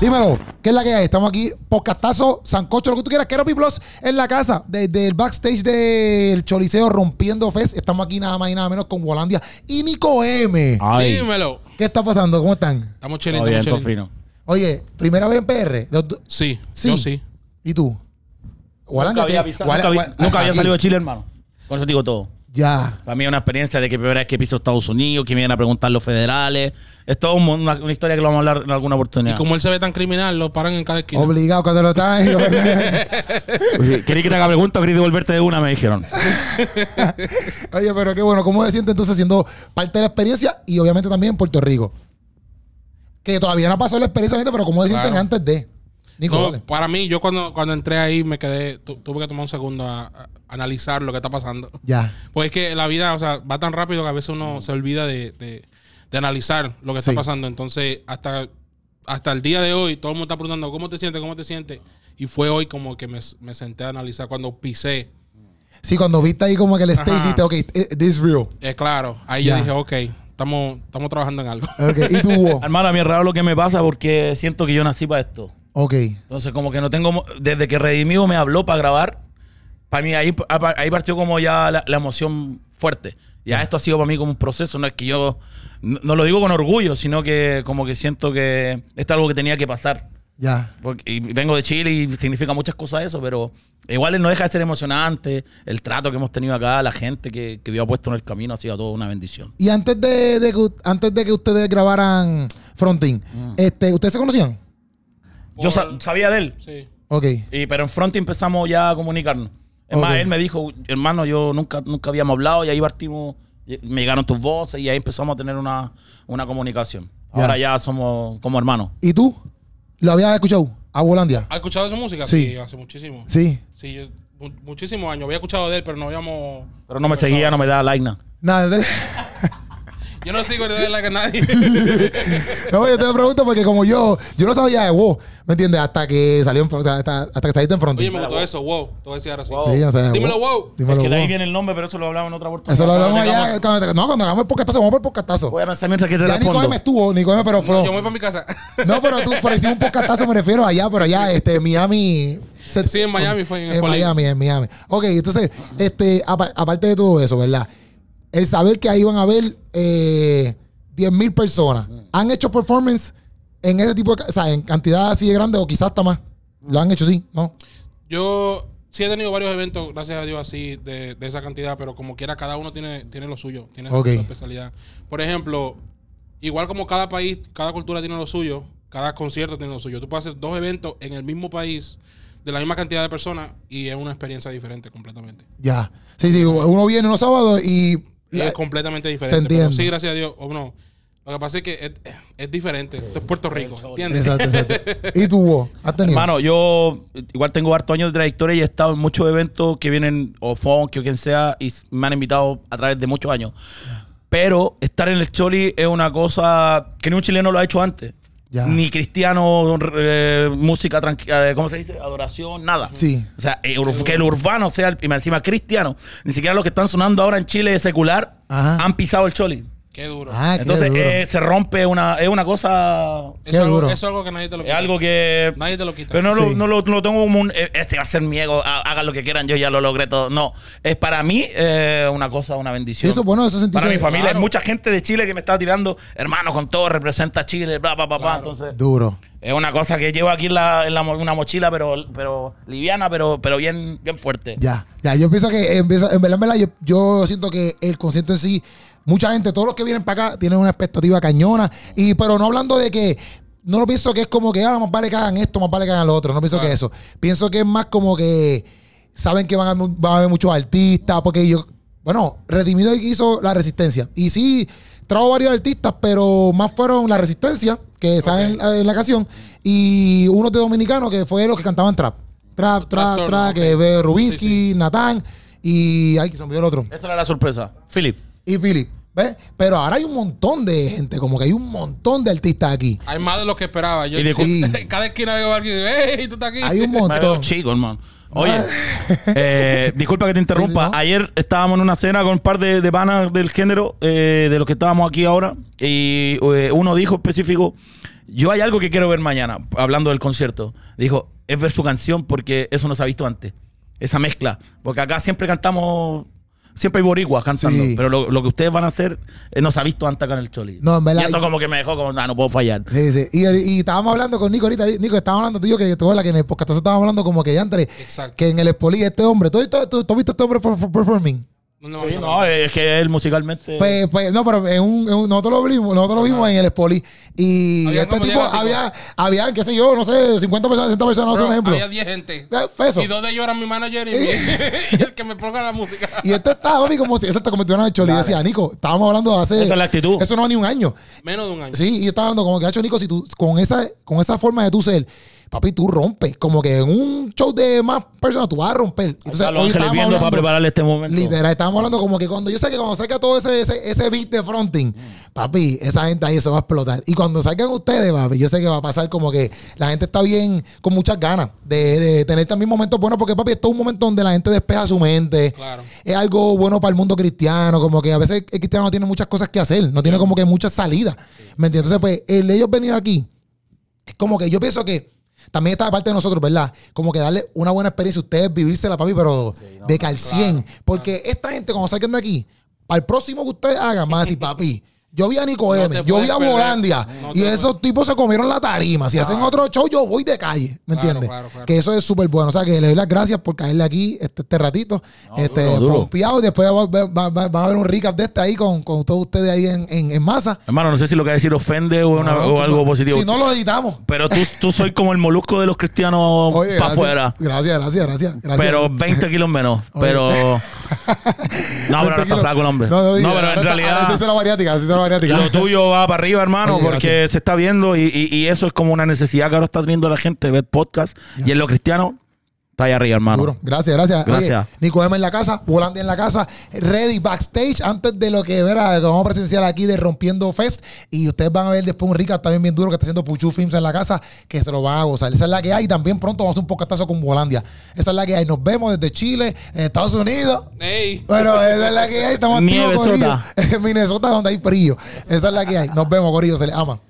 Dímelo, ¿qué es la que hay? Estamos aquí, podcastazo, sancocho, lo que tú quieras, quiero Plus en la casa, desde el backstage del Choliseo rompiendo Fest. Estamos aquí nada más y nada menos con Wolandia y Nico M. Ay, Dímelo. ¿Qué está pasando? ¿Cómo están? todo Estamos chilling, bien, estamos todo chilling. fino. Oye, primera vez en PR. Los dos- Sí, Sí. yo sí. ¿Y tú? Wolandia, había te- pisado- Wala- Nunca, había- Wala- nunca había aquí. salido de Chile, hermano. Con eso te digo todo. Ya. Para mí es una experiencia de que primera vez que piso Estados Unidos, que me vienen a preguntar los federales. Es toda un mon- una, una historia que lo vamos a hablar en alguna Y oportunidad. como él se ve tan criminal, lo paran en cada esquina. Obligado cuando lo están. Quería que te haga preguntas o quería devolverte de una? Me dijeron. Oye, pero qué bueno, ¿cómo se siente entonces siendo parte de la experiencia y obviamente también en Puerto Rico? Que todavía no pasó la experiencia, gente, pero ¿cómo se sienten Claro. antes de? Nico, No, dale. para mí, yo cuando, cuando entré ahí me quedé, tu- tuve que tomar un segundo a, a analizar lo que está pasando. Ya. Pues es que la vida, o sea, va tan rápido que a veces uno se olvida de, de- de analizar lo que Sí. está pasando. Entonces, hasta, hasta el día de hoy, todo el mundo está preguntando, ¿cómo te sientes? ¿Cómo te sientes? Y fue hoy como que me, me senté a analizar cuando pisé. Sí, cuando viste ahí como que el stage, Ajá. dijiste, ok, eh, this is real. Es claro, ahí Ya. yo dije, ok, estamos, estamos trabajando en algo. Ok, y tú, Hugo? Hermano, a mí es raro lo que me pasa porque siento que yo nací para esto. Ok. Entonces, como que no tengo. mo- Desde que Redimido me habló para grabar, para mí ahí, ahí partió como ya la, la emoción fuerte. Ya esto ha sido para mí como un proceso. No es que yo. No, no lo digo con orgullo, sino que como que siento que esto es algo que tenía que pasar. Ya. Porque- y vengo de Chile y significa muchas cosas eso, pero igual no deja de ser emocionante. El trato que hemos tenido acá, la gente que, que Dios ha puesto en el camino ha sido toda una bendición. Y antes de, de que, antes de que ustedes grabaran Frontin, Mm. este, ¿ustedes se conocían? Yo Por- sa- sabía de él, Sí. Ok. Y, pero en front empezamos ya a comunicarnos. Es Ok. más, él me dijo, hermano, yo nunca, nunca habíamos hablado y ahí partimos, y- me llegaron tus voces y ahí empezamos a tener una, una comunicación. Ya. Ahora ya somos como hermanos. ¿Y tú? ¿Lo habías escuchado? A Volandia. ¿Has escuchado su música? Sí. hace muchísimo. Sí. Sí, yo, mu- muchísimos años. Había escuchado de él, pero no habíamos. Pero no me seguía, no me daba like nada. Nada. de- Yo no sigo de la que nadie. No, yo te pregunto porque como yo, yo no sabía de vos, ¿me entiendes? Hasta que salió en, Fron- o sea, hasta, hasta que saliste en Oye, Frontin. me gustó eso. Wow. Te voy a decir ahora sí. Sí, yo no sabía de Dímelo, vos. wow. Dímelo, es que de ahí vos. viene el nombre, pero eso lo hablamos en otra oportunidad. Eso lo hablamos Cuando allá. tengamos- cuando- no, cuando hagamos el podcastazo, vamos por el podcastazo. Voy a pensar mientras que te Ya Nico respondo. M estuvo, Nico M, pero No, Fron. yo me voy para mi casa. No, pero tú, pero hicimos un podcastazo, me refiero allá, pero allá, este, Miami. se- Sí, en Miami fue, en En Spalding. Miami, en Miami. Ok, entonces, este, apa- aparte de todo eso, ¿verdad? El saber que ahí van a haber eh, 10.000 personas. ¿Han hecho performance en ese tipo de... ca- O sea, en cantidad así de grande o quizás hasta más? ¿Lo han hecho, sí? ¿No? Yo sí he tenido varios eventos, gracias a Dios, así, de, de esa cantidad, pero como quiera, cada uno tiene, tiene lo suyo, tiene Ok. su especialidad. Por ejemplo, igual como cada país, cada cultura tiene lo suyo, cada concierto tiene lo suyo. Tú puedes hacer dos eventos en el mismo país, de la misma cantidad de personas, y es una experiencia diferente completamente. Ya. Sí, sí. Uno viene unos sábados y... Y la- es completamente diferente. te entiendo. Pero sí, gracias a Dios. O no. Lo que pasa es que es, es diferente. Esto es Puerto Rico, ¿entiendes? Exacto, exacto. ¿Y tú, Bo? ¿Has tenido? Hermano, yo eh, igual tengo harto años de trayectoria y he estado en muchos eventos que vienen, o funk, o quien sea, y s- me han invitado a través de muchos años. Pero estar en el Choli es una cosa que ni un chileno lo ha hecho antes. Ya. Ni cristiano, eh, música tranquila, ¿cómo se dice? Adoración, nada. Sí. O sea, eh, ur- que el urbano sea, el- y más encima cristiano, ni siquiera los que están sonando ahora en Chile secular, Ajá. han pisado el Choli. Qué duro. Ah, qué Entonces duro. eh, se rompe una, es una cosa qué eso, es duro. algo, eso es algo que nadie te lo es quita. algo que. Nadie te lo quita. Pero no, Sí. lo, no lo- lo tengo como un. eh, Este va a ser mi ego, ha- hagan lo que quieran, yo ya lo logré todo. No. Es para mí eh, una cosa, una bendición. Eso, bueno, eso sentirse- Para mi familia, Claro. hay mucha gente de Chile que me está tirando, hermano, con todo, representa a Chile, bla, bla, bla, bla. Entonces, Duro. es una cosa que llevo aquí en, la, en la mo- una mochila, pero, pero liviana, pero, pero bien, bien fuerte. Ya, ya, yo pienso que en verdad, en verdad, en verdad, yo, yo siento que el concierto en sí, mucha gente, todos los que vienen para acá tienen una expectativa cañona, y pero no hablando de que, no lo pienso que es como que, ah, más vale que hagan esto, más vale que hagan lo otro, no pienso que eso, pienso que es más como que saben que van a, mu- van a haber muchos artistas, porque yo, bueno, Redimido hizo la resistencia, y sí, trajo varios artistas, pero más fueron la resistencia, que salen en, la- en la canción, y unos de dominicanos que fue los que cantaban trap. Trap, trap, Trastorno, trap, ok. que ve Rubinsky, Sí, Natán Eh, y. Ay, que se me olvidó el otro. Esa era la sorpresa. Philip. Eh. Y Philip. ¿Ves? Pero ahora hay un montón de gente, como que hay un montón de artistas aquí. Hay más de lo que esperaba. Yo, Y de- sí. Sí. cada esquina veo a alguien. ¡Ey, tú estás aquí! Hay un Me veo montón. chico, hermano. Oye, eh, disculpa que te Ah. interrumpa. Sí, sí, ¿no? Ayer estábamos en una cena con un par de, de panas del género, eh, de los que estábamos aquí ahora, y eh, uno dijo específico, yo hay algo que quiero ver mañana, hablando del concierto. Dijo, es ver su canción porque eso no se ha visto antes. Esa mezcla. Porque acá siempre cantamos, siempre hay boricuas cantando. Sí. Pero lo, lo que ustedes van a hacer eh, no se ha visto antes acá en el Choli. No, en verdad- Y eso como que me dejó como, "Nah, no puedo fallar. Sí, sí. Y, y estábamos hablando con Nico ahorita. Nico, estábamos hablando tú y yo, que tú la que en el podcast entonces estábamos hablando como que ya entre. Exacto. Que en el Espolí, este hombre. ¿Tú, tú, tú- tú has visto este hombre per- per- performing? No, Sí, no, no, es que él musicalmente... Pues, pues, no, pero en un, en un- nosotros lo vimos, nosotros lo vimos en el Espolí. Y Había este como tipo, diez había, había, qué sé yo, no sé, 50 personas, 60 personas, no sé Bro, un ejemplo. Había 10 gente. Eh, Eso. Y dos de ellos eran mi manager y, mi- y el que me ponga la música. Y este estaba, papi, como si eso te convirtió en el Choli. Y Dale. decía, Nico, estábamos hablando de hace. Esa es la actitud. Eso no va ni un año. Menos de un año. Sí, y yo estaba hablando como que, hecho Nico, si tú, con esa, con esa forma de tú ser, papi, tú rompes. Como que en un show de más personas tú vas a romper. Ahí Entonces, está los hoy ángeles estábamos viendo para hablando- prepararle este momento. Literal, estábamos hablando como que cuando yo sé que cuando salga todo ese, ese, ese beat de fronting, papi, esa gente ahí se va a explotar. Y cuando salgan ustedes, papi, yo sé que va a pasar como que la gente está bien, con muchas ganas de, de tener también momentos buenos, porque papi, esto es un momento donde la gente despeja su mente. Claro. Es algo bueno para el mundo cristiano, como que a veces el cristiano no tiene muchas cosas que hacer, no tiene como que muchas salidas. ¿Me entiendes? Entonces, pues, el ellos venir aquí, es como que yo pienso que también está de parte de nosotros, ¿verdad? Como que darle una buena experiencia a ustedes, vivírsela, papi, pero de cal 100. porque esta gente, cuando salgan de aquí, para el próximo que ustedes hagan, más decir, papi. Yo vi a Nico No M, te yo vi puedes a perder. Morandia No y te esos tipos se comieron la tarima. Si hacen otro show, yo voy de calle, ¿me Claro, entiendes? claro, claro. Que eso es súper bueno. O sea, que le doy las gracias por caerle aquí este, este ratito, este, duro, duro. pompeado. Y después va, va- va- va- va a haber un recap de este ahí con, con todos ustedes ahí en, en- en masa. Hermano, no sé si lo que va a decir ofende o, una- No, o chupa. algo positivo. Si no lo editamos. Pero tú, tú soy como el molusco de los cristianos Oye, para gracias, afuera. Gracias, gracias, gracias. gracias. Pero 20 kilos menos. Pero. No, pero no está kilos. flaco el hombre. No, No, no, diga, pero ahora en está- ah, ahora sí se realidad. la variática, ahora sí se la variática. Lo tuyo va para arriba, hermano, Oye, porque gracias. se está viendo y, y- y eso es como una necesidad que ahora está teniendo la gente, ver podcast. Y en lo cristiano, está ahí arriba, hermano. Duro. Gracias, gracias. Gracias. Oye, Nico M en la casa, Volandi en la casa, ready backstage antes de lo que verá, que vamos a presenciar aquí de Rompiendo Fest. Y ustedes van a ver después un Rica también bien duro que está haciendo Puchu Films en la casa, que se lo van a gozar. Esa es la que hay. Y también pronto vamos a hacer un podcastazo con Volandia. Esa es la que hay. Nos vemos desde Chile, en Estados Unidos. Ey. Bueno, esa es la que hay. Estamos activos, Nieve Corillo. sota. En Minnesota, donde hay frío. Esa es la que hay. Nos vemos, Corillo. Se les ama.